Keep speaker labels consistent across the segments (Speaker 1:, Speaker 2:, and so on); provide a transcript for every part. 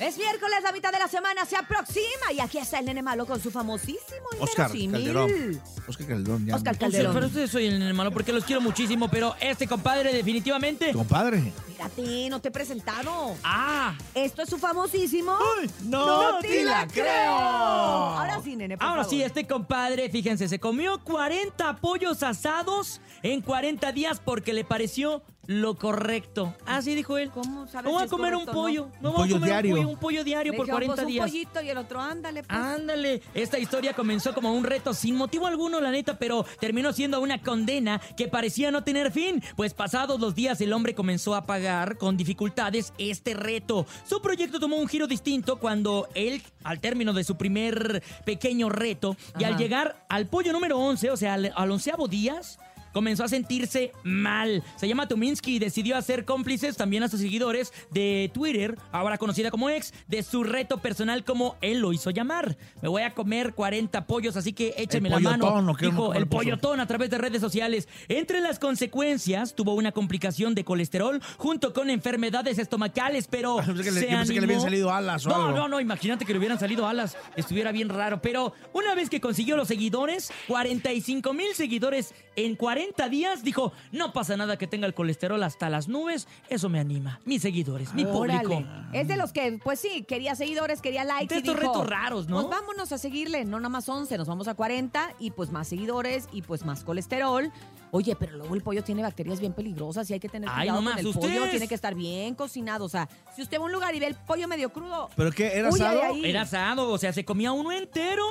Speaker 1: Es miércoles, la mitad de la semana se aproxima y aquí está el nene malo con su famosísimo
Speaker 2: Oscar
Speaker 1: inverosímil.
Speaker 2: Calderón. Oscar Calderón, ya.
Speaker 1: Oscar
Speaker 2: ¿no?
Speaker 1: Calderón.
Speaker 3: Pero ustedes soy el nene malo porque los quiero muchísimo, pero este compadre definitivamente...
Speaker 2: Compadre.
Speaker 1: Fíjate, no te he presentado.
Speaker 3: ¡Ah!
Speaker 1: Esto es su famosísimo.
Speaker 3: ¡No
Speaker 1: te
Speaker 3: te la creo!
Speaker 1: Ahora sí, nene. Eh, por
Speaker 3: Ahora sí,
Speaker 1: favor.
Speaker 3: este compadre, fíjense, se comió 40 pollos asados en 40 días porque le pareció lo correcto. Así dijo él.
Speaker 1: ¿Cómo sabes
Speaker 3: Me voy
Speaker 1: si
Speaker 3: a
Speaker 1: es
Speaker 3: comer un
Speaker 1: correcto o
Speaker 3: pollo.
Speaker 1: no?
Speaker 3: Me
Speaker 2: Un
Speaker 3: voy a
Speaker 2: pollo
Speaker 3: comer
Speaker 2: diario.
Speaker 3: un pollo, un pollo diario
Speaker 1: Le
Speaker 3: por
Speaker 1: dijeron,
Speaker 3: 40
Speaker 1: pues,
Speaker 3: días. Ah,
Speaker 1: un pollito y el otro, ándale. Pues.
Speaker 3: Ándale, esta historia comenzó como un reto sin motivo alguno, la neta, pero terminó siendo una condena que parecía no tener fin, pues pasados los días el hombre comenzó a pagar con dificultades este reto. Su proyecto tomó un giro distinto cuando él, al término de su primer pequeño reto, y al
Speaker 1: Ajá.
Speaker 3: llegar al pollo número 11, o sea, al, al onceavo días... Comenzó a sentirse mal. Se llama Tuminsky y decidió hacer cómplices también a sus seguidores de Twitter, ahora conocida como ex, de su reto personal como él lo hizo llamar. Me voy a comer 40 pollos, así que échenme la
Speaker 2: pollotón,
Speaker 3: mano.
Speaker 2: ¿o qué?
Speaker 3: Dijo
Speaker 2: ¿Cómo le
Speaker 3: el
Speaker 2: puso?
Speaker 3: pollotón a través de redes sociales. Entre las consecuencias, tuvo una complicación de colesterol junto con enfermedades estomacales, pero
Speaker 2: Ah, yo pensé que le-
Speaker 3: se
Speaker 2: yo pensé que le habían
Speaker 3: animó.
Speaker 2: salido alas o
Speaker 3: No,
Speaker 2: algo.
Speaker 3: no, no, imagínate que le hubieran salido alas. Estuviera bien raro. Pero una vez que consiguió los seguidores, 45 mil seguidores en 40 días, dijo, no pasa nada que tenga el colesterol hasta las nubes. Eso me anima. Mis seguidores, mi
Speaker 1: Órale.
Speaker 3: público.
Speaker 1: Es de los que, pues sí, quería seguidores, quería likes.
Speaker 3: De
Speaker 1: y
Speaker 3: estos
Speaker 1: dijo,
Speaker 3: retos raros, ¿no?
Speaker 1: Pues vámonos a seguirle, no nada más 11, nos vamos a 40 y pues más seguidores y pues más colesterol. Oye, pero luego el pollo tiene bacterias bien peligrosas y hay que tener
Speaker 3: Ay,
Speaker 1: cuidado
Speaker 3: no
Speaker 1: con
Speaker 3: más,
Speaker 1: el pollo,
Speaker 3: ustedes.
Speaker 1: tiene que estar bien cocinado. O sea, si usted va a un lugar y ve el pollo medio crudo,
Speaker 2: ¿Pero qué? ¿Era
Speaker 1: Uy,
Speaker 2: asado?
Speaker 1: ay, ay.
Speaker 3: Era asado, o sea, se comía uno entero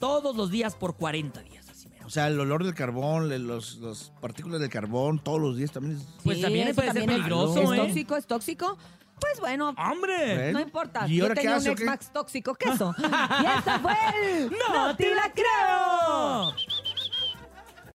Speaker 3: todos los días por 40 días. así mero.
Speaker 2: O sea, el olor del carbón, le- los, los partículas del carbón, todos los días también. es-
Speaker 3: Pues también
Speaker 1: eso
Speaker 3: puede ser
Speaker 1: es-
Speaker 3: peligroso,
Speaker 1: ¿Es
Speaker 3: ¿eh?
Speaker 1: tóxico? ¿Es tóxico? Pues bueno,
Speaker 3: ¡Hombre!
Speaker 2: ¿Eh?
Speaker 1: no importa.
Speaker 2: ¿Y
Speaker 1: Yo
Speaker 2: ahora qué
Speaker 1: tenía un
Speaker 2: hace, o
Speaker 1: ex
Speaker 2: qué?
Speaker 1: Max tóxico, ¿qué eso? y esta fue el
Speaker 3: ¡No te la creo!